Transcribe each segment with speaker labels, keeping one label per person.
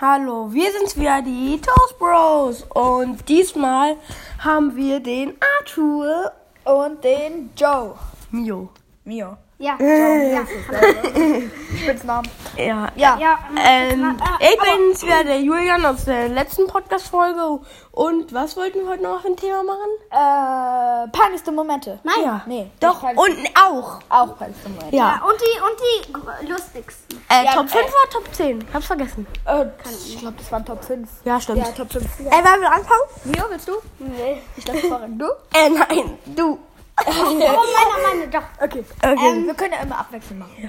Speaker 1: Hallo, wir sind's wieder, die Toast Bros. Und diesmal haben wir den Arthur
Speaker 2: Und den Joe.
Speaker 1: Mio.
Speaker 2: Mio.
Speaker 3: Ja,
Speaker 1: Äh.
Speaker 3: so, ja.
Speaker 2: Spitznamen.
Speaker 1: Ja.
Speaker 2: Ja.
Speaker 3: ja
Speaker 1: Ähm,
Speaker 3: na, äh,
Speaker 1: ich bin's wieder, der Julian aus der letzten Podcast-Folge. Und was wollten wir heute noch für ein Thema machen?
Speaker 2: Äh, peinlichste Momente.
Speaker 3: Nein.
Speaker 1: Ja.
Speaker 2: Nee.
Speaker 1: Doch, und auch.
Speaker 2: Auch peinlichste Momente.
Speaker 3: Ja,
Speaker 1: Ja.
Speaker 3: und die, und die lustigsten.
Speaker 1: Äh,
Speaker 2: Ja,
Speaker 1: Top 5
Speaker 2: äh.
Speaker 1: oder Top 10? Hab's vergessen.
Speaker 2: Äh, ich glaube, das waren Top 5.
Speaker 1: Ja, stimmt.
Speaker 2: Ja, Top 5.
Speaker 1: Ey, wollen wir anfangen?
Speaker 2: Mio, willst du?
Speaker 3: Nee.
Speaker 2: Ich glaube, vorhin. Du?
Speaker 1: Äh, nein, du.
Speaker 3: Oh, meine, meine, doch.
Speaker 2: Okay.
Speaker 1: Okay.
Speaker 2: Ähm, Wir können ja immer abwechselnd machen.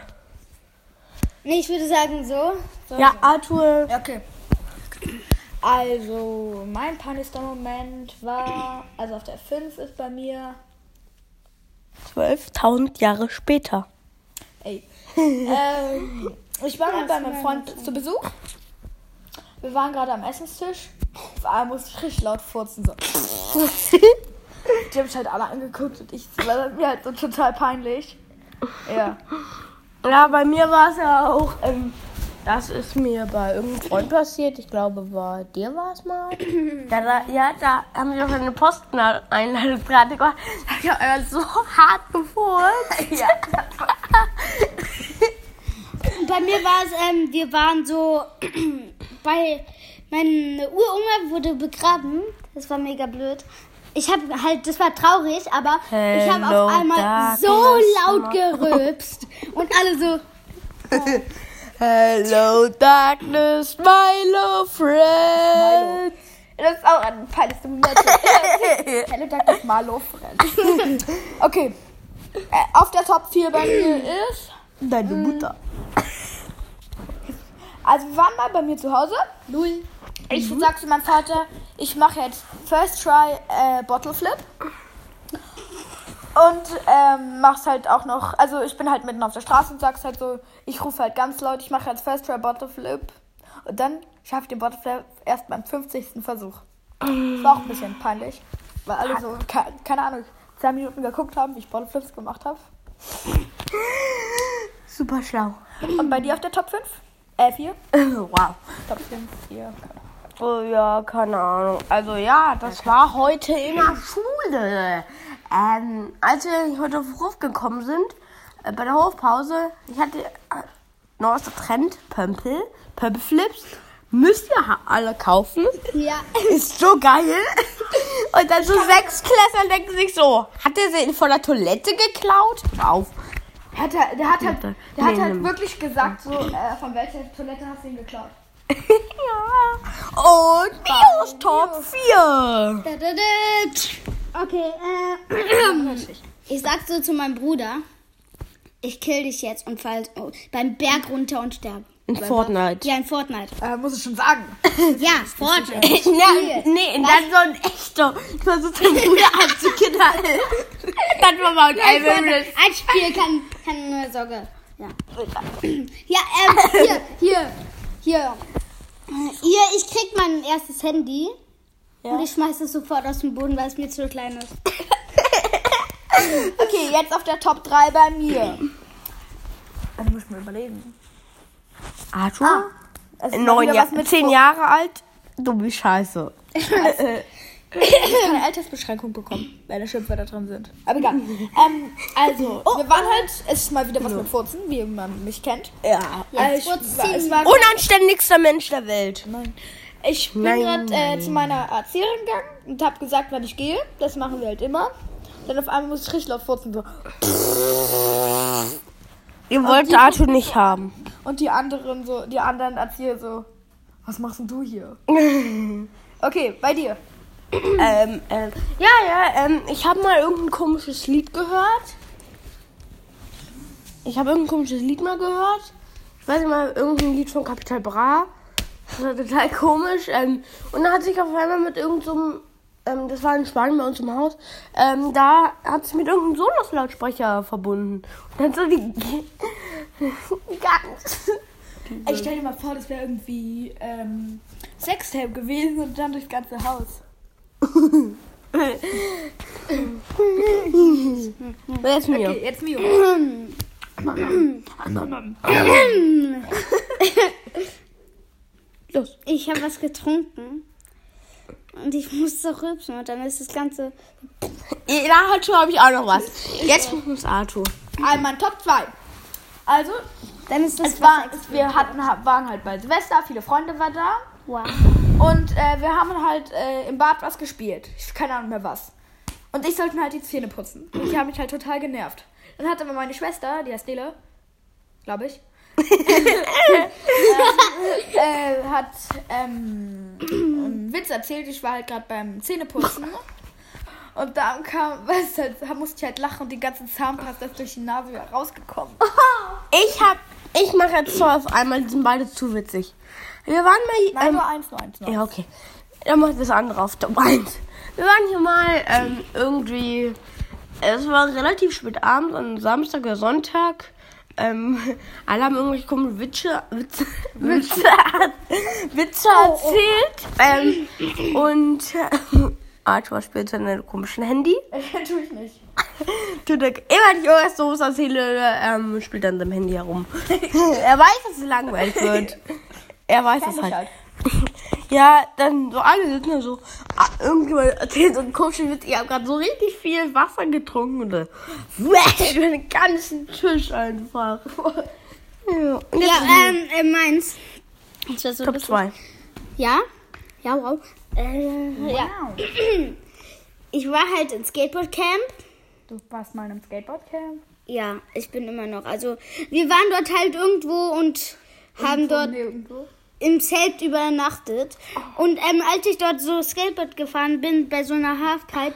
Speaker 3: Nee, ich würde sagen so.
Speaker 1: ja, Arthur.
Speaker 2: Ja, okay. Also, mein peinlichster Moment war, also auf der 5 ist bei mir,
Speaker 1: 12.000 Jahre später.
Speaker 2: Ey. ähm, ich war mal bei meinem Freund zu Besuch. Wir waren gerade am Essenstisch. Auf einmal musste ich richtig laut furzen. So. Die haben mich halt alle angeguckt und ich, das war mir halt so total peinlich. Ja.
Speaker 1: Ja, bei mir war es ja auch. Ähm, das ist mir bei irgendeinem Freund passiert. Ich glaube, bei dir war es mal. ja, da, ja, da haben wir auch eine Posteneinladung gerade gemacht. Da hat er so hart gefurzt. ja.
Speaker 3: Und bei mir war es, ähm, wir waren so bei meine Uroma wurde begraben. Das war mega blöd. Ich habe halt, das war traurig, aber ich habe
Speaker 1: Hello,
Speaker 3: auf einmal so
Speaker 1: darkness,
Speaker 3: laut gerülpst und alle so.
Speaker 1: Hello, darkness, my love friend.
Speaker 2: Das ist auch ein peinlichster Moment. Hello, Darkness, Marlow, Friend. Okay. Äh, auf der Top 4 bei mir ist.
Speaker 1: Deine Mutter.
Speaker 2: Also wir waren mal bei mir zu Hause. Null. Ich sagte meinem Vater, ich mache jetzt First Try äh, Bottle Flip. Und ähm, mach's halt auch noch, also ich bin halt mitten auf der Straße und sag's halt so, ich rufe halt ganz laut, ich mache jetzt First Try Bottle Flip. Und dann schaffe ich den Bottle Flip erst beim 50. Versuch. Das war auch ein bisschen peinlich, weil alle so, ke keine Ahnung, zwei Minuten geguckt haben, wie ich Bottle Flips gemacht habe.
Speaker 1: Super schlau.
Speaker 2: Und bei dir auf der Top 5? Äh, 4?
Speaker 1: wow.
Speaker 2: Top 5, 4.
Speaker 1: Oh ja, keine Ahnung. Also ja, das war heute in der Schule. Ähm, als wir heute auf den Hof gekommen sind, äh, bei der Hofpause, ich hatte äh, neuester Trend, Pömpel, Pömpelflips. Müsst ihr ha- alle kaufen.
Speaker 3: Ja.
Speaker 1: Ist so geil. Und dann so sechs Klässler denken sich so, hat der sie von der Toilette geklaut? Hör auf.
Speaker 2: Hat er, der hat halt, der
Speaker 1: Nee,
Speaker 2: hat
Speaker 1: nimm.
Speaker 2: halt wirklich gesagt, so, äh, von welcher Toilette hast du ihn geklaut?
Speaker 1: ja. Und Mios Top 4.
Speaker 3: Da, da, da. Okay, äh. Ich sag so zu meinem Bruder, ich kill dich jetzt und fall oh, beim Berg runter und sterbe.
Speaker 1: In Fortnite.
Speaker 3: Ja, in Fortnite.
Speaker 2: Äh, muss ich schon sagen.
Speaker 3: Ja, Fortnite.
Speaker 1: Ja, nee, und dann so ein echter. Ich versuche den Bruder abzuknallen. Dann war mal ein Everest.
Speaker 3: Ein Spiel kann, kann nur Sorge. Ja. Ja, ähm, hier, hier, hier. Ihr, ich krieg mein erstes Handy. Und ich schmeiß es sofort aus dem Boden, weil es mir zu klein ist.
Speaker 2: Okay, jetzt auf der Top 3 bei mir. Dann Also, muss ich mir überlegen.
Speaker 1: Arthur?
Speaker 2: Es ist mal
Speaker 1: Neun
Speaker 2: wieder was
Speaker 1: Jahre,
Speaker 2: mit
Speaker 1: zehn Jahre alt. Du bist scheiße.
Speaker 2: keine Altersbeschränkung bekommen, weil da Schimpfwörter drin sind. Aber egal. ähm, also, wir waren halt, es ist mal wieder was mit Furzen, wie man mich kennt.
Speaker 1: Ja.
Speaker 2: Äh, ich,
Speaker 3: Furzen.
Speaker 2: war- es war,
Speaker 1: Unanständigster Mensch der Welt.
Speaker 2: Nein. Ich bin
Speaker 1: Nein,
Speaker 2: gerade äh, zu meiner Erzieherin gegangen und habe gesagt, wann ich gehe. Das machen wir halt immer. Dann auf einmal muss ich richtig laut furzen. So.
Speaker 1: Ihr wollt Arthur nicht haben.
Speaker 2: Und die anderen so, die anderen Erzieher so, was machst denn du hier? okay, bei dir.
Speaker 1: ähm, ähm, ja, ja, ähm, ich habe mal irgendein komisches Lied gehört. Ich habe irgendein komisches Lied mal gehört. Ich weiß nicht mal, irgendein Lied von Capital Bra. Das war total komisch. Ähm, und dann hat sich auf einmal mit irgendeinem, ähm, das war in Spanien bei uns im Haus, ähm, da hat sich mit irgendeinem Sonos-Lautsprecher verbunden. Und dann so die. ganz.
Speaker 2: Ich Also stell dir mal vor, das wäre irgendwie ähm, Sextape gewesen und dann durchs ganze Haus.
Speaker 1: Wer ist mir?
Speaker 2: Okay, jetzt Mio. los.
Speaker 3: Ich habe was getrunken. Und ich musste rübsen und dann ist das Ganze.
Speaker 1: Da hat schon habe ich auch noch was. Jetzt muss Arthur.
Speaker 2: Einmal Top 2. Also,
Speaker 3: Dann ist das
Speaker 2: es war,
Speaker 3: Wasser explodiert.
Speaker 2: wir hatten, waren halt bei Silvester, viele Freunde waren da.
Speaker 3: Wow.
Speaker 2: Und äh, wir haben halt äh, im Bad was gespielt. Ich keine Ahnung mehr was. Und ich sollte mir halt die Zähne putzen. Und ich habe mich halt total genervt. Dann hat aber meine Schwester, die heißt Nele, glaube ich, ähm, äh, äh, hat ähm, einen Witz erzählt. Ich war halt gerade beim Zähneputzen. Und dann kam, weißt du, da musste ich halt lachen und die ganze Zahnpasta ist durch die Nase wieder rausgekommen.
Speaker 1: Ich hab. Ich mache jetzt so auf einmal, die sind beide zu witzig. Wir waren mal.
Speaker 2: Nein,
Speaker 1: Ähm,
Speaker 2: nur eins, nur eins. Nur.
Speaker 1: ja, okay. Dann macht das andere auf Top 1. Wir waren hier mal ähm, irgendwie. Es war relativ spät abends, an Samstag oder Sonntag. Ähm, alle haben irgendwelche komischen Witze, Witze, Witze, Witze erzählt. Ähm, und äh, Arthur spielt seine komischen Handy.
Speaker 2: Tue Äh, ich nicht.
Speaker 1: Du denkst immer oh, die irgendwas Doofes erzähle, ähm, spielt an seinem Handy herum. er weiß, dass es langweilig wird. Er weiß es
Speaker 2: ich
Speaker 1: halt.
Speaker 2: halt.
Speaker 1: Ja, dann so alle sitzen da so, ah, irgendjemand erzählt so einen komischen Witz, ich habe gerade so richtig viel Wasser getrunken und dann wäsch über den ganzen Tisch einfach. ja, und jetzt
Speaker 3: Ja, ähm, äh, meins. Das war so
Speaker 1: Top
Speaker 3: lustig.
Speaker 1: 2.
Speaker 3: Ja? Ja, wow. Äh, Ja.
Speaker 2: Wow.
Speaker 3: Ich war halt im Skateboardcamp.
Speaker 2: Du warst mal in einem Skateboardcamp.
Speaker 3: Ja, ich bin immer noch. Also, wir waren dort halt irgendwo und haben dort
Speaker 2: Nirgendwo.
Speaker 3: im Zelt übernachtet.
Speaker 1: Oh.
Speaker 3: Und ähm, als ich dort so Skateboard gefahren bin, bei so einer Halfpipe,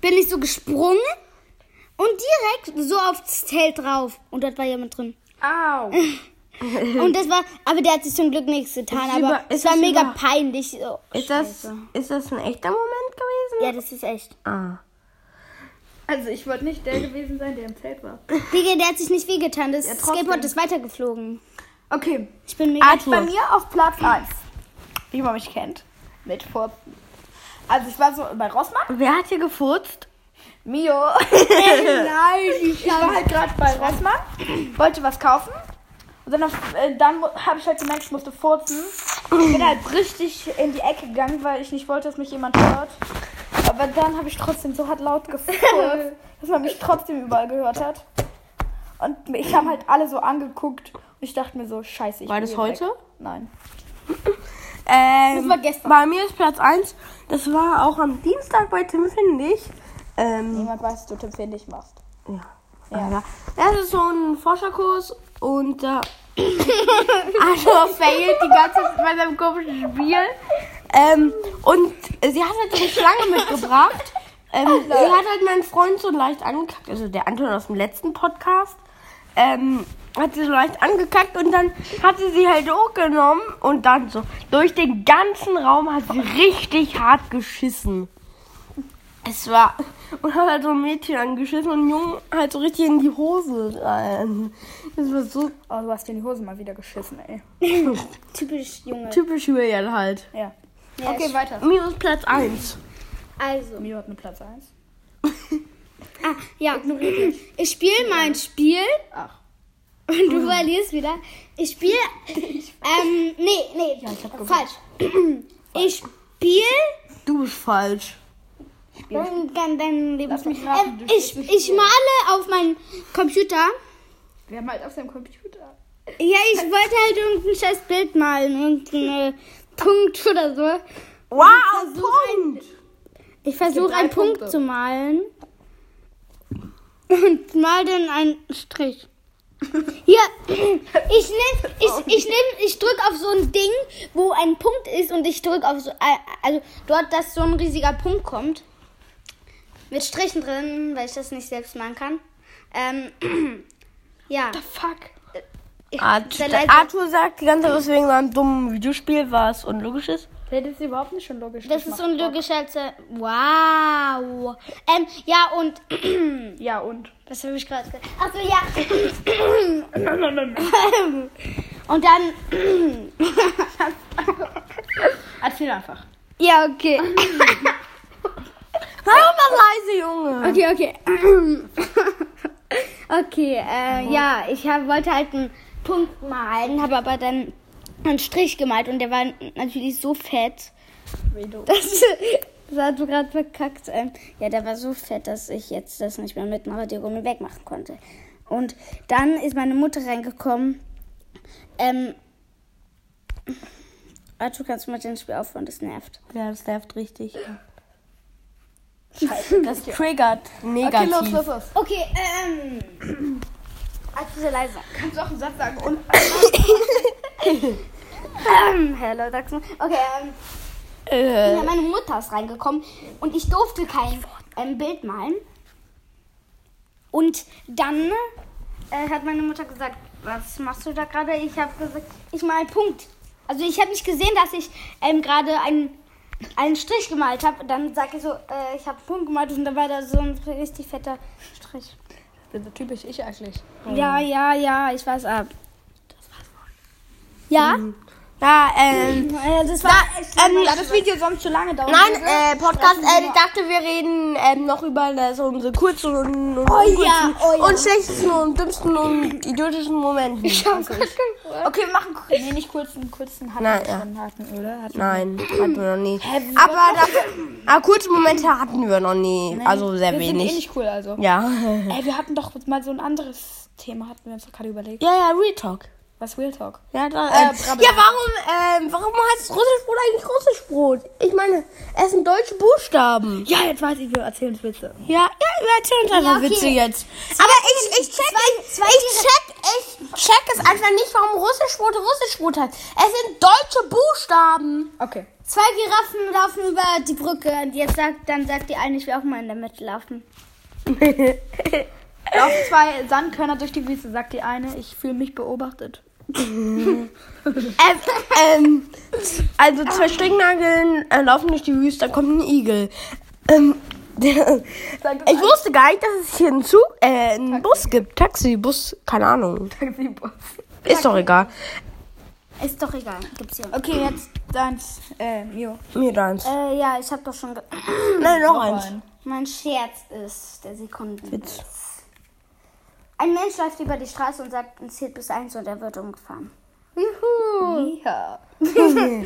Speaker 3: bin ich so gesprungen und direkt so aufs Zelt drauf. Und dort war jemand drin.
Speaker 2: Au.
Speaker 3: Und das war, aber der hat sich zum Glück nichts getan.
Speaker 1: Ist
Speaker 3: Aber
Speaker 1: über-
Speaker 3: es
Speaker 1: ist
Speaker 3: war
Speaker 1: das
Speaker 3: mega
Speaker 1: über-
Speaker 3: peinlich. Oh,
Speaker 1: Ist das,
Speaker 3: Scheiße.
Speaker 1: ist das ein echter Moment gewesen?
Speaker 3: Ja, das ist echt.
Speaker 1: Ah.
Speaker 2: Also ich wollte nicht der gewesen sein, der im Zelt war.
Speaker 3: Digga, der hat sich nicht wehgetan. Das
Speaker 2: trotzdem.
Speaker 3: Skateboard ist weitergeflogen.
Speaker 2: Okay.
Speaker 3: Ich bin mega.
Speaker 1: Arthur.
Speaker 2: Bei mir auf Platz 1. Wie man mich kennt. Mit Furzen. Also ich war so bei Rossmann.
Speaker 1: Wer hat hier gefurzt?
Speaker 2: Mio. Nein, ich war halt gerade bei Rossmann. Wollte was kaufen. Und dann, auf- äh, dann habe ich halt gemerkt, ich musste furzen. Ich bin halt richtig in die Ecke gegangen, weil ich nicht wollte, dass mich jemand hört. Aber dann habe ich trotzdem so hart laut gefurzt, dass man mich trotzdem überall gehört hat. Und ich habe halt alle so angeguckt und ich dachte mir so, scheiße. Ich
Speaker 1: War
Speaker 2: bin
Speaker 1: das
Speaker 2: hier
Speaker 1: heute?
Speaker 2: weg. Nein.
Speaker 1: Ähm,
Speaker 2: Das war gestern.
Speaker 1: Bei mir ist Platz 1. Das war auch am Dienstag bei Tim Findig. Ähm,
Speaker 2: Niemand weiß, dass du Tim Findig machst.
Speaker 1: ja.
Speaker 2: Ja.
Speaker 1: Ja. Das ist so ein Forscherkurs und da. Arthur failt die ganze Zeit bei seinem komischen Spiel. Ähm, und sie hat halt so eine Schlange mitgebracht. Ähm, sie hat halt meinen Freund so leicht angekackt, also der Anton aus dem letzten Podcast. Ähm, hat sie so leicht angekackt und dann hat sie sie halt hochgenommen und dann so durch den ganzen Raum hat sie richtig hart geschissen. Es war. Und hat halt so ein Mädchen angeschissen und einen Jungen halt so richtig in die Hose rein. Das war so
Speaker 2: Oh, du hast dir in die Hose mal wieder geschissen, ey.
Speaker 3: Typisch Junge.
Speaker 1: typisch Julian halt.
Speaker 2: Ja.
Speaker 3: Ja,
Speaker 2: okay,
Speaker 3: ich-
Speaker 2: weiter.
Speaker 1: Minus Platz 1.
Speaker 3: Also.
Speaker 2: Mio hat eine Platz 1.
Speaker 3: Ah, ja. Ich spiele mein Spiel.
Speaker 2: Ach. Ah.
Speaker 3: Und du verlierst wieder. Ich spiele. Ähm, nee, nee. falsch. Ich spiele.
Speaker 1: Du bist falsch.
Speaker 3: Dann, dann, dann Lass
Speaker 2: mich raten, du
Speaker 3: ähm, ich,
Speaker 2: spielst nicht
Speaker 3: ich male auf meinen Computer.
Speaker 2: Wir haben halt auf seinem Computer.
Speaker 3: Ja, ich wollte halt irgendein scheiß Bild malen. Irgendein äh, Punkt oder so.
Speaker 1: Wow,
Speaker 3: versuch
Speaker 1: Punkt!
Speaker 3: Ich versuche
Speaker 2: drei
Speaker 3: einen Punkt
Speaker 2: Punkte.
Speaker 3: zu malen. Und mal dann einen Strich. Hier, ich nehm, ich, ich nehm, ich drück auf so ein Ding, wo ein Punkt ist und ich drück auf so, also dort, dass so ein riesiger Punkt kommt. Mit Strichen drin, weil ich das nicht selbst machen kann. Ähm, ja.
Speaker 2: Fuck.
Speaker 3: Ich, sehr
Speaker 1: Arthur,
Speaker 3: leise.
Speaker 1: Arthur sagt die ganze Zeit, dass wegen seinem dummen Videospiel was unlogisch ist.
Speaker 2: Das ist überhaupt nicht schon logisch.
Speaker 3: das ist unlogisch, als, äh, wow. Ähm, ja und,
Speaker 2: Ja, und?
Speaker 3: Was habe ich gerade gesagt? Achso, ja. Und dann.
Speaker 2: Erzähl einfach.
Speaker 3: Ja, okay.
Speaker 1: Hör mal leise, Junge!
Speaker 3: Okay, okay. Okay, äh, ja, ich hab, wollte halt einen Punkt malen, habe aber dann einen Strich gemalt und der war natürlich so fett. Das, das hat so gerade verkackt. Ähm, ja, der war so fett, dass ich jetzt das nicht mehr mit Maradiergummi wegmachen konnte. Und dann ist meine Mutter reingekommen. Ähm, Arthur, kannst du mit dem Spiel aufhören? Das nervt.
Speaker 1: Ja, das nervt richtig.
Speaker 2: Das triggert.
Speaker 1: Negativ.
Speaker 2: Okay, los, los, los.
Speaker 3: Okay, ähm. Arthur, sei leise.
Speaker 2: Kannst du auch einen Satz sagen? Und
Speaker 3: Ähm, Herr Leute, okay, ähm. Ja, meine Mutter ist reingekommen und ich durfte kein ähm, Bild malen. Und dann äh, hat meine Mutter gesagt, was machst du da gerade? Ich habe gesagt, ich mal Punkt. Also ich habe nicht gesehen, dass ich ähm, gerade einen, einen Strich gemalt habe. Dann sage ich so, äh, ich habe Punkt gemalt und dann war da so ein richtig fetter Strich.
Speaker 2: das ist typisch ich eigentlich. Oh.
Speaker 3: Ja, ja, ja, ich weiß ab. Ja?
Speaker 1: Ja, ähm.
Speaker 3: Äh, das war echt
Speaker 1: ähm,
Speaker 2: Ja, Mhm. das Video sonst zu lange dauern.
Speaker 1: Nein, äh, Podcast, äh, ich dachte, wir reden ähm, noch über äh, so unsere kurzen und, und,
Speaker 3: Oh
Speaker 1: uncoolsten
Speaker 3: ja, oh ja.
Speaker 1: und schlechtesten und dümmsten und idiotischen Momenten.
Speaker 2: Okay, wir machen nee, nicht kurzen, kurzen Haken.
Speaker 1: Nein, ja.
Speaker 2: Haken, oder? Haken.
Speaker 1: Nein, hatten wir noch nie. Aber dafür, ah, kurze Momente hatten wir noch nie. Also sehr
Speaker 2: wir Sind eh
Speaker 1: wenig.
Speaker 2: nicht cool, also.
Speaker 1: Ja.
Speaker 2: Ey, wir hatten doch mal so ein anderes Thema, hatten wir uns doch gerade überlegt.
Speaker 1: Ja, ja, Real Talk.
Speaker 2: Was Real Talk?
Speaker 1: Ja, da,
Speaker 2: Äh,
Speaker 1: äh,
Speaker 2: Brabbel.
Speaker 1: ja warum, ähm, warum heißt russisch Brot eigentlich russisch Brot? Ich meine, es sind deutsche Buchstaben.
Speaker 2: Ja, jetzt weiß ich, wir erzählen uns Witze.
Speaker 1: Ja, ja, erzähl uns einfach
Speaker 3: okay.
Speaker 1: Witze jetzt. Aber ich, ich check, ich, ich check, ich check es einfach nicht, warum russisch Brot russisch Brot heißt. Es sind deutsche Buchstaben.
Speaker 2: Okay.
Speaker 3: Zwei Giraffen laufen über die Brücke und jetzt sagt, dann sagt die eine, ich will auch mal in der Mitte laufen.
Speaker 2: Laufen zwei Sandkörner durch die Wiese, sagt die eine. Ich fühle mich beobachtet.
Speaker 1: Ähm, ähm, also zwei Stringnageln äh, laufen durch die Wüste, dann kommt ein Igel. Ähm,
Speaker 2: Sag das
Speaker 1: ich wusste gar nicht, dass es hier einen Zug, äh, einen Bus gibt. Taxi, Bus, keine Ahnung. Ist doch egal.
Speaker 3: Ist doch egal, gibt's hier.
Speaker 2: Okay, jetzt deins. Äh, Mio.
Speaker 1: Mir deins.
Speaker 3: Äh, ja, ich hab doch schon. Ge
Speaker 2: Ähm,
Speaker 1: Nein, noch eins.
Speaker 3: mein Scherz ist der Sekundenwitz.
Speaker 1: Witz.
Speaker 3: Ein Mensch läuft über die Straße und sagt, es zählt bis eins und er wird umgefahren.
Speaker 2: Ja.
Speaker 3: Ja,
Speaker 1: Ähm,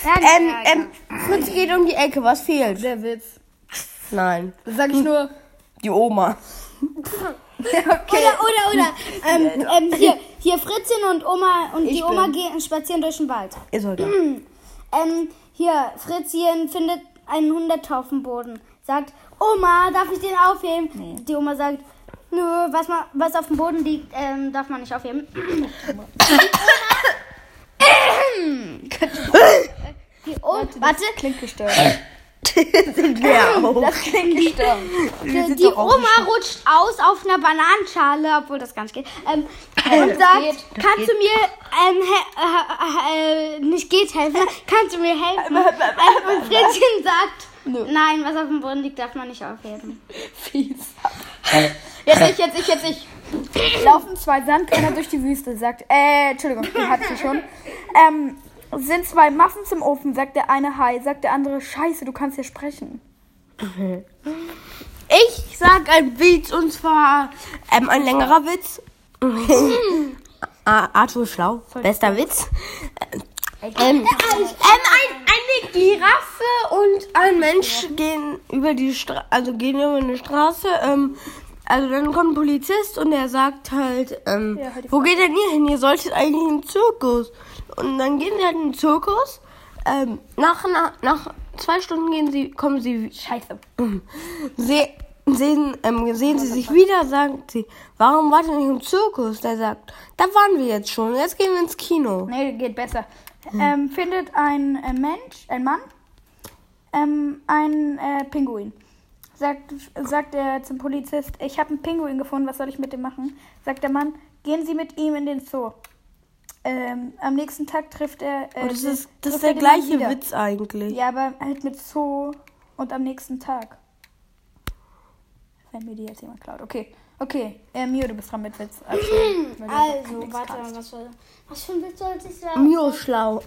Speaker 3: ja,
Speaker 1: ähm, Fritz geht um die Ecke, was fehlt?
Speaker 2: Der Witz.
Speaker 1: Nein. Hm.
Speaker 2: Das sag ich nur.
Speaker 1: Die Oma.
Speaker 3: genau. Oder, oder, oder. ähm, ähm, hier, hier Fritzchen und Oma und die Oma gehen spazieren durch den Wald.
Speaker 1: Ist doch egal.
Speaker 3: Ähm, hier, Fritzchen findet einen Hundert auf dem Boden. Sagt, Oma, darf ich den aufheben? Die Oma sagt, nö, was, ma, was auf dem Boden liegt, ähm, darf man nicht aufheben. Die Oma, die Oma, warte,
Speaker 2: Klingt gestört.
Speaker 1: Ja.
Speaker 2: Das klingt gestört.
Speaker 3: Äh, die, die Oma rutscht aus auf einer Bananenschale, obwohl das gar nicht geht. Ähm,
Speaker 1: Äh,
Speaker 3: und sagt, kannst du mir, ähm, he, äh, äh, äh, nicht geht helfen, kannst du mir helfen?
Speaker 1: Äh,
Speaker 3: ähm, und Fritzchen sagt, nein, was auf dem Boden liegt, darf man nicht aufheben.
Speaker 2: Fies. Jetzt ich, jetzt ich, jetzt ich. Laufen zwei Sandkörner durch die Wüste, sagt. Äh, Entschuldigung, die hat sie schon. Ähm, sind zwei Massen zum Ofen, sagt der eine Hi, sagt der andere Scheiße, du kannst hier sprechen.
Speaker 1: Ich sag ein Witz und zwar ähm, ein längerer Witz. Ah, Arthur ist schlau. Bester Witz.
Speaker 2: Äh,
Speaker 1: Ähm, ähm, ein, eine Giraffe und ein Mensch gehen über die Stra also gehen über eine Straße. Ähm, also dann kommt ein Polizist und er sagt halt, ähm,
Speaker 2: Ja, halt die
Speaker 1: wo geht denn ihr hin? Ihr solltet eigentlich in den Zirkus. Und dann gehen sie halt in den Zirkus. Ähm, nach, nach, nach zwei Stunden gehen sie, kommen sie
Speaker 2: Scheiße.
Speaker 1: Se sehen, ähm, sehen sie sich wieder, sagt sie, warum wart ihr nicht im Zirkus? Der sagt, da waren wir jetzt schon, jetzt gehen wir ins Kino.
Speaker 2: Nee, geht besser. Ähm, findet ein äh, Mensch, ein Mann, ähm, einen äh, Pinguin. Sagt, sagt er zum Polizist, ich habe einen Pinguin gefunden, was soll ich mit dem machen? Sagt der Mann, gehen Sie mit ihm in den Zoo. Ähm, am nächsten Tag trifft er. Äh,
Speaker 1: Und Oh, das
Speaker 2: den-
Speaker 1: ist, das
Speaker 2: trifft
Speaker 1: ist der
Speaker 2: er den Mann
Speaker 1: gleiche
Speaker 2: wieder.
Speaker 1: Witz eigentlich.
Speaker 2: Ja, aber halt mit Zoo und am nächsten Tag. Wenn mir die jetzt jemand klaut. Okay, okay. Äh, Mio, du bist dran mit Witz. Also, weil du
Speaker 3: Also,
Speaker 2: nichts
Speaker 3: warte,
Speaker 2: kannst.
Speaker 3: was, soll- was für ein Witz sollte ich sagen?
Speaker 1: Mio ist schlau.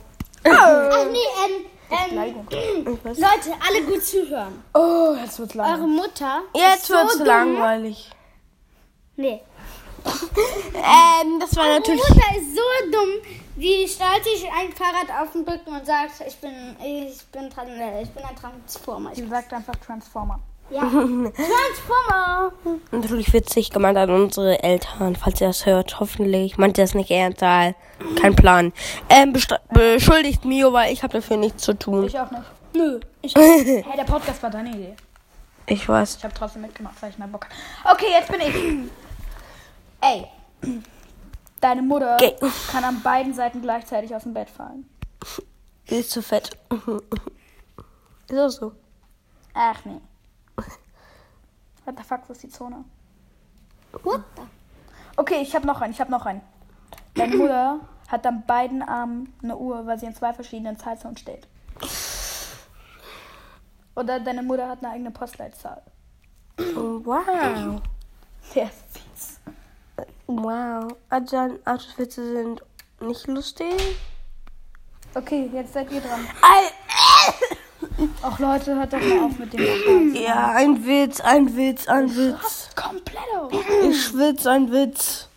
Speaker 3: Ach nee, ähm, ähm, Leute, alle gut zuhören.
Speaker 2: Oh, jetzt wird's lang.
Speaker 3: Eure Mutter. ist
Speaker 1: Jetzt
Speaker 3: so
Speaker 1: wird's
Speaker 3: dumm.
Speaker 1: langweilig.
Speaker 3: Nee.
Speaker 1: Ähm, das war
Speaker 3: Eure
Speaker 1: natürlich.
Speaker 3: Mutter ist so dumm, Wie schnallt sich ein Fahrrad auf den Rücken und sagt, ich bin, ich bin, Tran äh, ich bin ein Transformer. Ich,
Speaker 2: Die sagt einfach Transformer.
Speaker 3: ja. Transformer!
Speaker 1: Natürlich witzig gemeint an unsere Eltern, falls ihr das hört. Hoffentlich meint ihr das nicht ernst. weil Kein Plan. Ähm, bestra- beschuldigt Mio, weil ich habe dafür nichts zu tun.
Speaker 2: Ich auch nicht. Nö. Ich hey, der Podcast war deine Idee.
Speaker 1: Ich weiß.
Speaker 2: Ich habe trotzdem mitgemacht, weil ich mehr Bock hatte. Okay, jetzt bin ich. Ey. Deine Mutter
Speaker 1: Okay.
Speaker 2: kann an beiden Seiten gleichzeitig aus dem Bett fallen.
Speaker 1: Die Ist zu fett. Ist auch so.
Speaker 2: Ach nee. What the fuck, wo ist die Zone?
Speaker 3: What the?
Speaker 2: Okay, ich habe noch einen, ich habe noch einen. Deine Mutter hat an beiden Armen eine Uhr, weil sie in zwei verschiedenen Zeitzonen steht. Oder deine Mutter hat eine eigene Postleitzahl.
Speaker 1: Oh, Wow.
Speaker 2: Der ist fies.
Speaker 1: Wow. Adjan, Arschwitze sind nicht lustig.
Speaker 2: Okay, jetzt seid ihr dran.
Speaker 1: Al
Speaker 2: Ach Leute, hört doch mal auf mit dem.
Speaker 1: ja, ein Witz, ein Witz, ein Witz.
Speaker 2: Komplett auf.
Speaker 1: Ich schwitze, ein Witz.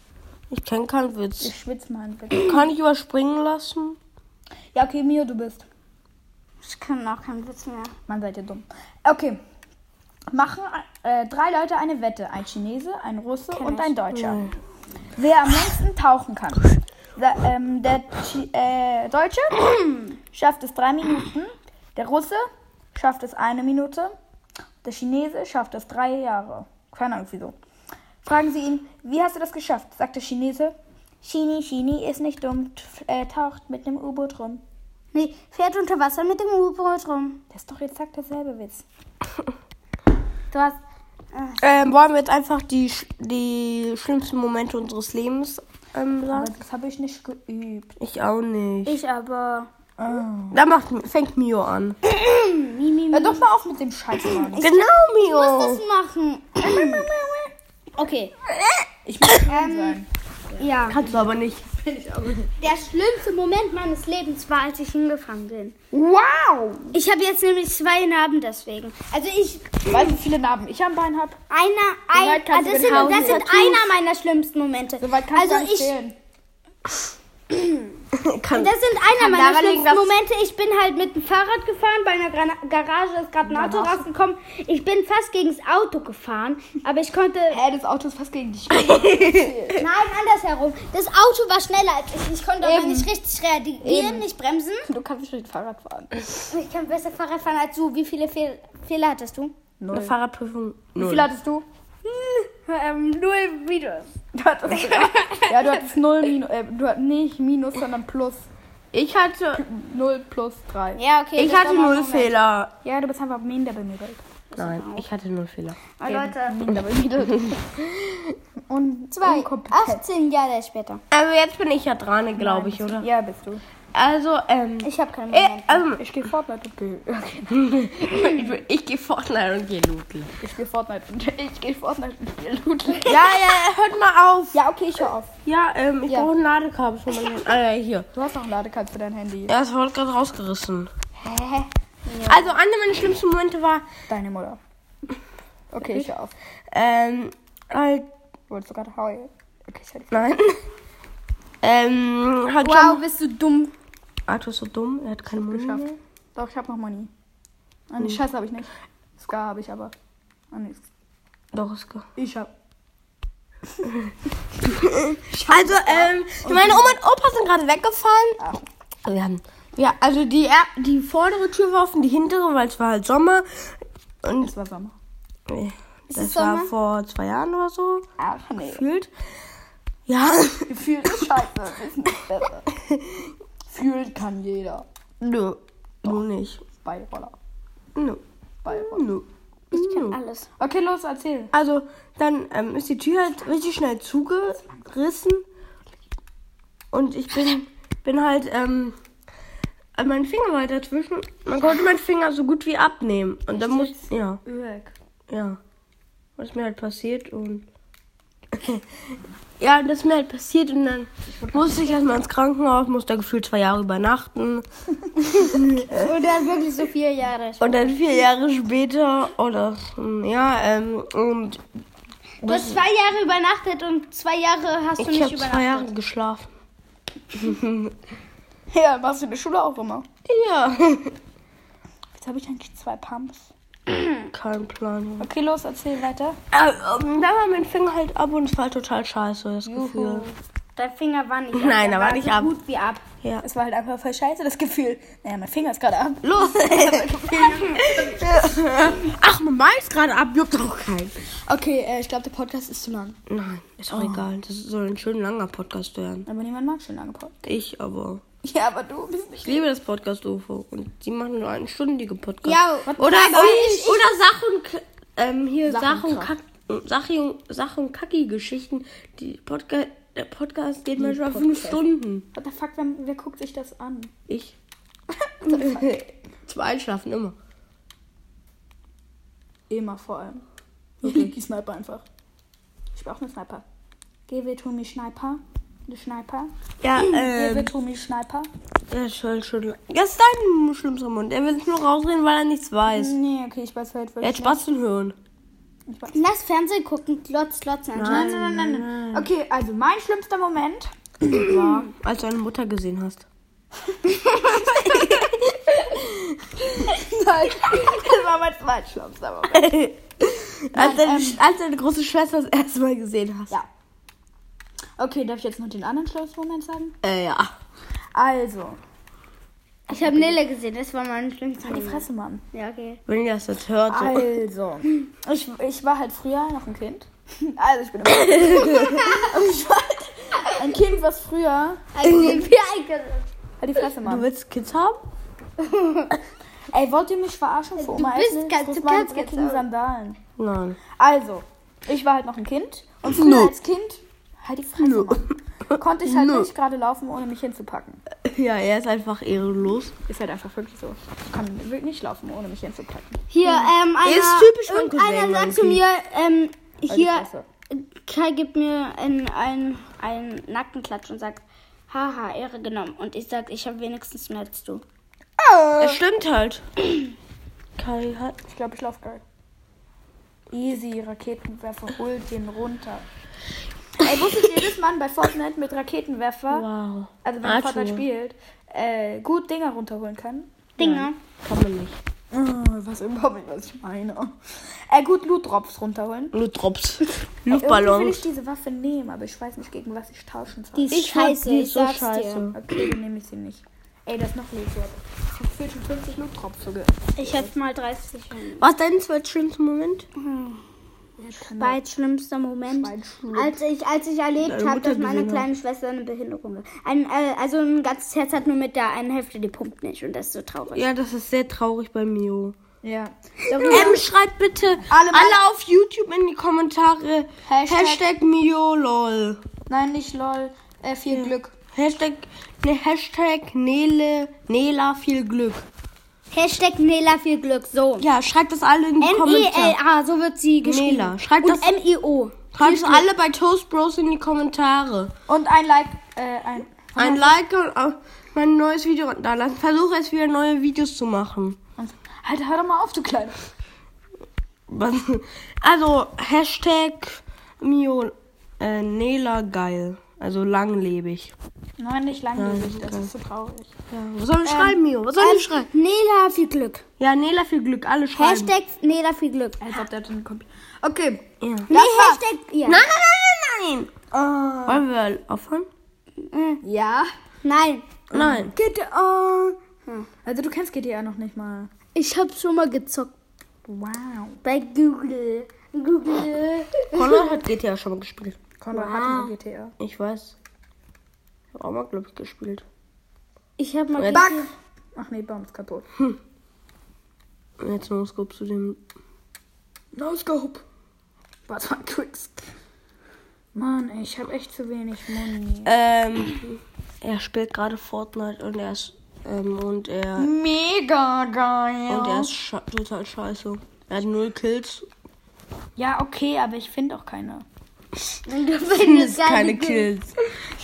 Speaker 1: Ich kenne keinen Witz.
Speaker 2: Ich schwitz mal ein bisschen.
Speaker 1: Kann ich überspringen lassen?
Speaker 2: Ja, okay, Mio, du bist.
Speaker 3: Ich kann auch keinen Witz mehr.
Speaker 2: Mann, seid ihr dumm. Okay. Machen äh, drei Leute eine Wette. Ein Chinese, ein Russe und ein Deutscher. Wer am längsten tauchen kann. Der, ähm, der Chi äh, Deutsche schafft es drei Minuten. Der Russe schafft es eine Minute. Der Chinese schafft es drei Jahre. Keine Ahnung wieso. Fragen Sie ihn, wie hast du das geschafft? Sagt der Chinese. Chini, Chini ist nicht dumm, t- äh, taucht mit einem U-Boot rum.
Speaker 3: Nee, fährt unter Wasser mit dem U-Boot rum.
Speaker 2: Das ist doch jetzt sagt derselbe Witz.
Speaker 3: Du hast.
Speaker 1: Ähm, wollen wir jetzt einfach die, sch- die schlimmsten Momente unseres Lebens ähm,
Speaker 2: Aber
Speaker 1: sagen?
Speaker 2: das habe ich nicht geübt.
Speaker 1: Ich auch nicht.
Speaker 3: Ich aber.
Speaker 1: Da macht, fängt Mio an.
Speaker 2: Hör Äh, doch mal auf mit dem Scheiß, Mann.
Speaker 1: genau,
Speaker 3: Was
Speaker 1: Mio.
Speaker 3: machen? okay.
Speaker 2: Ich muss ähm, sein.
Speaker 3: Ja.
Speaker 1: Kannst du aber nicht.
Speaker 3: Der schlimmste Moment meines Lebens war, als ich hingefangen bin.
Speaker 2: Wow!
Speaker 3: Ich habe jetzt nämlich zwei Narben deswegen. Also ich
Speaker 2: Weißt du, wie viele Narben ich am Bein habe?
Speaker 3: einer ein,
Speaker 2: weit kannst du
Speaker 3: ah, das, sind,
Speaker 2: denn hauen?
Speaker 3: das sind einer meiner schlimmsten Momente.
Speaker 2: Soweit kannst du
Speaker 3: also
Speaker 2: nicht
Speaker 3: ich
Speaker 2: zählen.
Speaker 1: Kann,
Speaker 3: das sind einer meiner
Speaker 1: daran liegen,
Speaker 3: schlimmsten Momente. Ich bin halt mit dem Fahrrad gefahren, bei einer Gra Garage ist gerade ein Auto rausgekommen. Ich bin fast gegen das Auto gefahren, aber ich konnte
Speaker 2: Hä, das Auto ist fast gegen dich.
Speaker 3: nein andersherum. Das Auto war schneller als ich. Ich konnte aber
Speaker 2: Eben.
Speaker 3: nicht richtig reagieren, nicht bremsen.
Speaker 2: Du kannst nicht mit dem Fahrrad fahren.
Speaker 3: Ich kann besser Fahrrad fahren als du. Wie viele Fehl Fehler hattest du?
Speaker 1: Eine Fahrradprüfung.
Speaker 2: Wie
Speaker 1: Null.
Speaker 2: viel hattest du?
Speaker 3: Ähm, null Videos.
Speaker 2: du hattest ja, du hattest 0 minus. Äh, du hattest nicht minus, sondern plus.
Speaker 1: Ich hatte,
Speaker 2: 0 plus 3.
Speaker 3: Ja, okay.
Speaker 1: ich
Speaker 3: das
Speaker 1: hatte
Speaker 3: war mal
Speaker 1: null
Speaker 3: so.
Speaker 1: Fehler.
Speaker 2: Ja, du bist einfach minder bemittelt.
Speaker 1: Nein, ich hatte null Fehler.
Speaker 3: Oh, Leute,
Speaker 2: Minder bemittelt. Und
Speaker 3: zwei,
Speaker 2: inkompetent.
Speaker 3: 18 Jahre später.
Speaker 1: Aber Also jetzt bin ich ja dran, glaube ich, oder?
Speaker 2: Ja, bist du.
Speaker 1: Also, ähm.
Speaker 3: Ich habe keinen
Speaker 1: äh,
Speaker 3: Moment.
Speaker 1: also,
Speaker 2: Ich spiele Fortnite und gehe.
Speaker 1: ich, ich gehe Fortnite und gehe Looten.
Speaker 2: Ich spiele Fortnite und ich gehe Fortnite und gehe Ludwig.
Speaker 1: Ja, ja, hört mal auf.
Speaker 2: Ja, okay, ich hör auf.
Speaker 1: Ja, ähm, ich
Speaker 2: Ja.
Speaker 1: brauche ein Ladekabel für mein Handy. Ah, ja, hier.
Speaker 2: Du hast noch ein Ladekabel für dein Handy.
Speaker 1: Ja, es wurde gerade rausgerissen.
Speaker 3: Hä?
Speaker 1: Also, einer meiner schlimmsten Momente war,
Speaker 2: Deine Mutter. Okay, ich hör auf.
Speaker 1: ähm, halt,
Speaker 2: Wolltest du gerade heulen? Okay, ich hätte.
Speaker 1: nein. ähm, halt
Speaker 3: Wow,
Speaker 1: schon.
Speaker 3: bist du dumm.
Speaker 1: Arthur ist so dumm, er hat keinen Mund mehr.
Speaker 2: Geschafft. Doch, ich hab noch Money. Ah, nee, Scheiße hab ich nicht. Scar hab ich aber. Ah, nee,
Speaker 1: Doch, ist gut.
Speaker 2: ich hab.
Speaker 1: Also, ähm, meine Oma und Opa sind gerade weggefallen. Wir haben, ja, also die, er- die vordere Tür war offen, die hintere, weil es war halt Sommer. Und
Speaker 2: Das war Sommer.
Speaker 1: äh,
Speaker 3: es
Speaker 1: das war
Speaker 3: Sommer?
Speaker 1: vor zwei Jahren oder so,
Speaker 2: Ach nee.
Speaker 1: gefühlt. Ja,
Speaker 2: Gefühlt ist scheiße. Ist nicht besser. Fühlt kann jeder.
Speaker 1: nö, du nicht.
Speaker 2: Beiroller.
Speaker 1: Nö,
Speaker 2: Beiroller.
Speaker 1: nö.
Speaker 3: Alles.
Speaker 2: Okay, los, erzähl.
Speaker 1: Also, dann ähm, ist die Tür halt richtig schnell zugerissen. Und ich bin, bin halt, ähm, äh, mein Finger war halt dazwischen. Man konnte meinen Finger so gut wie abnehmen. Und dann muss, ja,
Speaker 2: Öck.
Speaker 1: ja. Was ist mir halt passiert und. ja, das ist mir halt passiert und dann musste ich erstmal ins Krankenhaus, musste da gefühlt zwei Jahre übernachten.
Speaker 3: Oder wirklich so vier Jahre.
Speaker 1: Und dann vier Jahre später, oder, hm, ja, ähm, und
Speaker 3: Du hast zwei Jahre übernachtet und zwei Jahre hast du
Speaker 1: ich
Speaker 3: nicht
Speaker 1: habe zwei Jahre
Speaker 3: übernachtet.
Speaker 1: geschlafen.
Speaker 2: Ja, machst du in der Schule auch immer.
Speaker 1: Ja.
Speaker 2: Jetzt habe ich eigentlich zwei Pumps.
Speaker 1: Kein Plan.
Speaker 2: Okay, los, erzähl weiter.
Speaker 1: Äh, ähm, da war mein Finger halt ab und es war halt total scheiße, das Gefühl.
Speaker 3: Dein Finger war nicht ab.
Speaker 1: Nein,
Speaker 3: er
Speaker 1: er war nicht
Speaker 3: so
Speaker 1: ab.
Speaker 3: gut wie ab.
Speaker 1: Ja.
Speaker 2: Es war halt einfach voll scheiße, das Gefühl. Naja, mein Finger ist gerade ab.
Speaker 1: Los! Ach, man weiß gerade ab, juckt auch kein.
Speaker 2: Okay, äh, ich glaube, der Podcast ist zu lang.
Speaker 1: Nein, ist auch egal. Das soll ein schön langer Podcast werden.
Speaker 2: Aber niemand mag schon lange Podcasts.
Speaker 1: Ich aber.
Speaker 2: Ja, aber du bist nicht.
Speaker 1: Ich liebe das Podcast UFO. Und die machen nur einstündige Podcasts.
Speaker 3: Ja,
Speaker 1: Oder,
Speaker 3: aber
Speaker 1: und,
Speaker 3: ich-
Speaker 1: oder Sach und K- ähm, hier Sach
Speaker 3: Sach und
Speaker 1: und Kack. Sache und, Sach und Kacki-Geschichten. Die Podca der Podcast geht manchmal fünf Stunden.
Speaker 2: What the fuck, wer, wer guckt sich das an?
Speaker 1: Ich. Zum Einschlafen immer.
Speaker 2: Immer vor allem. Okay. Die Sniper einfach. Ich brauche einen Sniper. Geh weh, Tommy Sniper. Du Sniper.
Speaker 1: Ja,
Speaker 2: Geh weh,
Speaker 1: ähm.
Speaker 2: Tommy Sniper.
Speaker 1: Das ist schon, schon. Das ist dein schlimmster Mund. Er will es nur rausreden, weil er nichts weiß.
Speaker 2: Nee, okay, ich weiß, wer
Speaker 1: Er hat Spaß zum Hören.
Speaker 3: Lass Fernsehen gucken, glotz, glotz anschauen.
Speaker 2: Nein, nein, nein. Okay, also mein schlimmster Moment.
Speaker 1: War, als du eine Mutter gesehen hast.
Speaker 2: Nein, das war mein zweitschlimmster Moment.
Speaker 1: Als deine, als deine große Schwester das erste Mal gesehen hast.
Speaker 2: Ja. Okay, darf ich jetzt noch den anderen schlimmsten Moment sagen?
Speaker 1: Äh, ja.
Speaker 2: Also,
Speaker 3: Ich habe Nele gesehen, das war mein schlimmster
Speaker 1: Mhm.
Speaker 2: die
Speaker 3: Moment.
Speaker 2: Fresse, Mann.
Speaker 3: Ja, okay.
Speaker 1: Wenn ihr das jetzt hört, so.
Speaker 2: Also, ich, ich war halt früher noch ein Kind. Also, ich bin immer Und ich war halt ein Kind, was früher...
Speaker 1: Äh.
Speaker 3: Also, wie
Speaker 2: Halt die Fresse,
Speaker 1: Du
Speaker 2: Mann.
Speaker 1: willst Kids haben?
Speaker 2: Ey, wollt ihr mich verarschen? Für Oma
Speaker 3: bist
Speaker 2: Essen?
Speaker 3: ganz-
Speaker 2: Das
Speaker 3: du
Speaker 2: waren
Speaker 3: kannst jetzt
Speaker 2: dreckigen
Speaker 3: auch.
Speaker 2: Sandalen.
Speaker 1: Nein.
Speaker 2: Also, ich war halt noch ein Kind. Und früher
Speaker 1: No.
Speaker 2: als Kind... Halt die Fresse,
Speaker 1: No.
Speaker 2: Mann. Konnte ich halt nicht gerade laufen, ohne mich hinzupacken.
Speaker 1: Ja, er ist einfach ehrenlos.
Speaker 2: Ist halt einfach wirklich so. Ich kann wirklich nicht laufen, ohne mich hinzupacken.
Speaker 3: Hier, ähm, einer,
Speaker 1: Ist typisch mein
Speaker 3: irgendeiner
Speaker 1: Cousin,
Speaker 3: sagt zu mir, ähm, hier,
Speaker 2: Fresse.
Speaker 3: Kai gibt mir einen, einen, einen Nackenklatsch und sagt, haha, Ehre genommen. Und ich sag, ich habe wenigstens mehr als du.
Speaker 1: Das stimmt halt. Kai hat.
Speaker 2: Ich glaube, ich laufe geil. Easy, Raketenwerfer, holt den runter. Ey, wusstet ihr, dass man bei Fortnite mit Raketenwerfer,
Speaker 1: Wow.
Speaker 2: also wenn
Speaker 1: Ah,
Speaker 2: man Fortnite
Speaker 1: true.
Speaker 2: spielt, äh, gut Dinger runterholen kann?
Speaker 3: Dinger.
Speaker 1: Kann man nicht.
Speaker 2: Äh, was überhaupt nicht, was ich meine. Äh, gut Loot-Drops runterholen.
Speaker 1: Nur Drops.
Speaker 2: Ey, irgendwie will ich
Speaker 1: Luftballons.
Speaker 2: diese Waffe nehmen, aber ich weiß nicht, gegen was ich tauschen soll.
Speaker 3: Die ist
Speaker 1: Ich fand
Speaker 3: scheiße,
Speaker 1: die
Speaker 3: ich
Speaker 1: so
Speaker 3: sag's
Speaker 1: scheiße.
Speaker 2: Okay, dann nehme ich sie nicht. Ey, das ist noch Loot Drop. Ich habe 54 Loot-Drops sogar.
Speaker 3: dir. Ich hätte mal 30 schon.
Speaker 1: Was ist dein zweitschlimmster Moment?
Speaker 3: Mein schlimmster Moment,
Speaker 2: Mein schlimm-
Speaker 3: als ich, als ich erlebt
Speaker 1: Deine
Speaker 3: habe,
Speaker 1: Mutter
Speaker 3: dass meine
Speaker 1: gesehen hat.
Speaker 3: kleine Schwester eine Behinderung hat. Ein, äh, also ein ganzes Herz hat nur mit der einen Hälfte, die pumpt nicht. Und das ist so traurig.
Speaker 1: Ja, das ist sehr traurig bei Mio.
Speaker 2: Ja.
Speaker 1: Ähm, schreibt bitte alle,
Speaker 2: Alle mal-
Speaker 1: auf YouTube in die Kommentare
Speaker 2: Hashtag-
Speaker 1: Hashtag MioLol.
Speaker 2: Nein, nicht lol. Äh, viel Glück.
Speaker 1: Hashtag, ne, Hashtag Nele, Nela viel Glück.
Speaker 3: Hashtag Nela viel Glück, so.
Speaker 1: Ja, schreibt das alle in die
Speaker 3: E
Speaker 1: Kommentare.
Speaker 3: N-E-L-A, so wird sie geschrieben.
Speaker 1: Nela, schreibt
Speaker 3: Und
Speaker 1: das-
Speaker 3: M-I-O.
Speaker 1: Schreibt das alle bei Toast Bros in die Kommentare.
Speaker 2: Und ein Like, äh, ein.
Speaker 1: Ein Like und auch mein neues Video da lassen. Versuche es wieder neue Videos zu machen.
Speaker 2: Und, halt, hör doch mal auf, du Kleine.
Speaker 1: Was? Also Hashtag Mio äh, Nela geil. Also langlebig.
Speaker 2: Nein, nicht langlebig, das
Speaker 1: okay.
Speaker 2: ist so traurig.
Speaker 1: Ja, was soll ich schreiben, Mio? Was soll ich schreiben?
Speaker 3: Ähm, Nela viel Glück.
Speaker 1: Ja, Nela viel Glück, alle schreiben.
Speaker 3: Hashtag Nela viel Glück.
Speaker 2: Als ob der dann kommt. Okay.
Speaker 1: Ja.
Speaker 3: Nee, Hashtag. Ja.
Speaker 1: Nein, nein, nein, nein, nein. Wollen wir aufhören?
Speaker 2: Ja.
Speaker 3: Nein.
Speaker 1: Nein.
Speaker 2: GTA. Also, du kennst GTA noch nicht mal.
Speaker 3: Ich hab schon mal gezockt
Speaker 2: Wow.
Speaker 3: bei Google. Google.
Speaker 1: Konrad hat GTA schon mal gespielt.
Speaker 2: Konrad hat mal GTA.
Speaker 1: Ich weiß. Ich hab auch mal, glaube ich, gespielt.
Speaker 3: Ich hab mal
Speaker 1: Jetzt-
Speaker 3: Back.
Speaker 2: Ach nee, Baum ist kaputt.
Speaker 1: Und Jetzt muss Scope zu dem.
Speaker 2: No Scope. Was war ein Quicks? Mann, ey, ich habe echt zu wenig Money.
Speaker 1: Ähm. Er spielt gerade Fortnite und er ist. Ähm, und er.
Speaker 2: Mega geil.
Speaker 1: Und er ist scha total scheiße. Er hat null Kills.
Speaker 2: ja, okay, aber ich finde auch keine.
Speaker 3: Du
Speaker 1: Das keine Kills.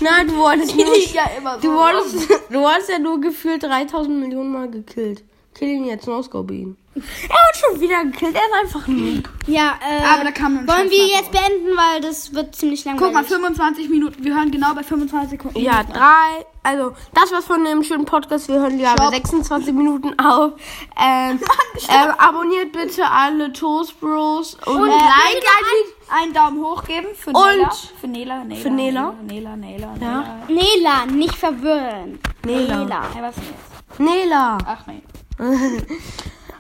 Speaker 1: Nein, du wolltest nur.
Speaker 2: ja immer
Speaker 1: Du wolltest, du wolltest ja nur gefühlt 3000 Millionen Mal gekillt. Kill ihn jetzt, no ihn. Er hat schon wieder gekillt, er ist einfach ein
Speaker 3: Ja, äh,
Speaker 2: Aber da kam nur ein
Speaker 3: wollen wir
Speaker 2: Scheiß
Speaker 3: jetzt beenden, weil das wird ziemlich Äh, lang.
Speaker 2: Guck mal, 25 Minuten. Wir hören genau bei 25 Sekunden.
Speaker 1: Ja, drei. Also, das war's von dem schönen Podcast. Wir hören ja bei 26 Minuten auf. Ähm, ähm, abonniert bitte alle Toast Bros und,
Speaker 2: Und
Speaker 1: like
Speaker 2: einen Daumen hoch geben für
Speaker 1: Und-
Speaker 2: Nela. Für Nela, Nela.
Speaker 1: Für Nela.
Speaker 2: Nela, Nela, Nela.
Speaker 1: Ja.
Speaker 3: Nela, nicht verwirren.
Speaker 1: Nela.
Speaker 2: Hey, was ist denn jetzt?
Speaker 1: Nela.
Speaker 2: Ach nein.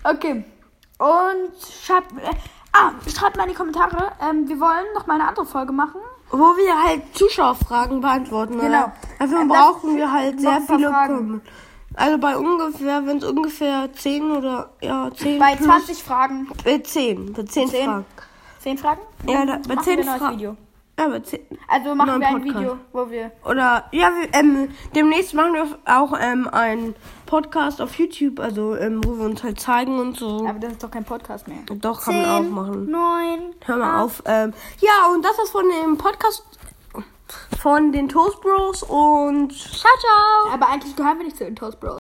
Speaker 2: okay. Und schreibt. Äh, ah, schreibt mal in die Kommentare. Ähm, wir wollen noch mal eine andere Folge machen.
Speaker 1: Wo wir halt Zuschauerfragen beantworten. ne?
Speaker 2: Genau.
Speaker 1: Dafür
Speaker 2: Ähm, das-
Speaker 1: brauchen wir halt sehr
Speaker 2: ein paar
Speaker 1: viele
Speaker 2: Fragen.
Speaker 1: Fragen. Also bei ungefähr, wenn es ungefähr 10 oder ja, 10
Speaker 2: Bei
Speaker 1: plus-
Speaker 2: 20 Fragen.
Speaker 1: Bei 10. Bei 10,
Speaker 2: 10.
Speaker 1: Fragen.
Speaker 2: 10 Fragen?
Speaker 1: Ja, da, bei
Speaker 2: Machen
Speaker 1: 10
Speaker 2: wir ein neues
Speaker 1: Fragen.
Speaker 2: Video.
Speaker 1: Ja, bei 10.
Speaker 2: Also machen
Speaker 1: Neuen
Speaker 2: wir ein
Speaker 1: Podcast.
Speaker 2: Video, wo wir.
Speaker 1: Oder ja, wir, ähm, demnächst machen wir auch ähm, einen Podcast auf YouTube, also ähm, wo wir uns halt zeigen und so.
Speaker 2: Aber das ist doch kein Podcast mehr.
Speaker 1: Doch, kann man auch machen.
Speaker 3: 9.
Speaker 1: Hör mal auf. Ähm, ja, und das ist von dem Podcast von den Toast Bros und ciao, ciao.
Speaker 2: Aber eigentlich gehören wir nicht zu den Toast Bros.